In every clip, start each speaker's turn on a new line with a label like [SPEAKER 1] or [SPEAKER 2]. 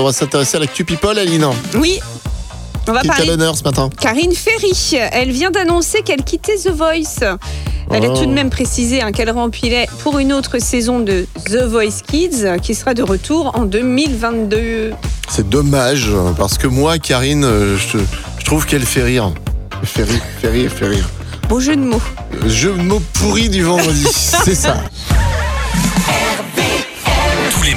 [SPEAKER 1] On va s'intéresser à l'actu People, Aline.
[SPEAKER 2] Oui, on va
[SPEAKER 1] Qui est à
[SPEAKER 2] parler.
[SPEAKER 1] l'honneur ce matin
[SPEAKER 2] Karine Ferry, elle vient d'annoncer qu'elle quittait The Voice. Elle a
[SPEAKER 1] Oh.
[SPEAKER 2] tout de même précisé hein, qu'elle rempilait pour une autre saison de The Voice Kids euh, qui sera de retour en 2022.
[SPEAKER 1] C'est dommage, parce que moi, Karine, euh, je, je trouve qu'elle fait rire. Elle Fait rire, fait rire, fait rire.
[SPEAKER 2] Beau jeu de mots.
[SPEAKER 1] Jeu de mots pourri du vendredi, c'est ça.
[SPEAKER 3] Tous les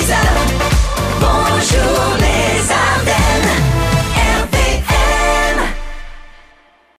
[SPEAKER 4] 6h à 10h, bonjour les Ardennes.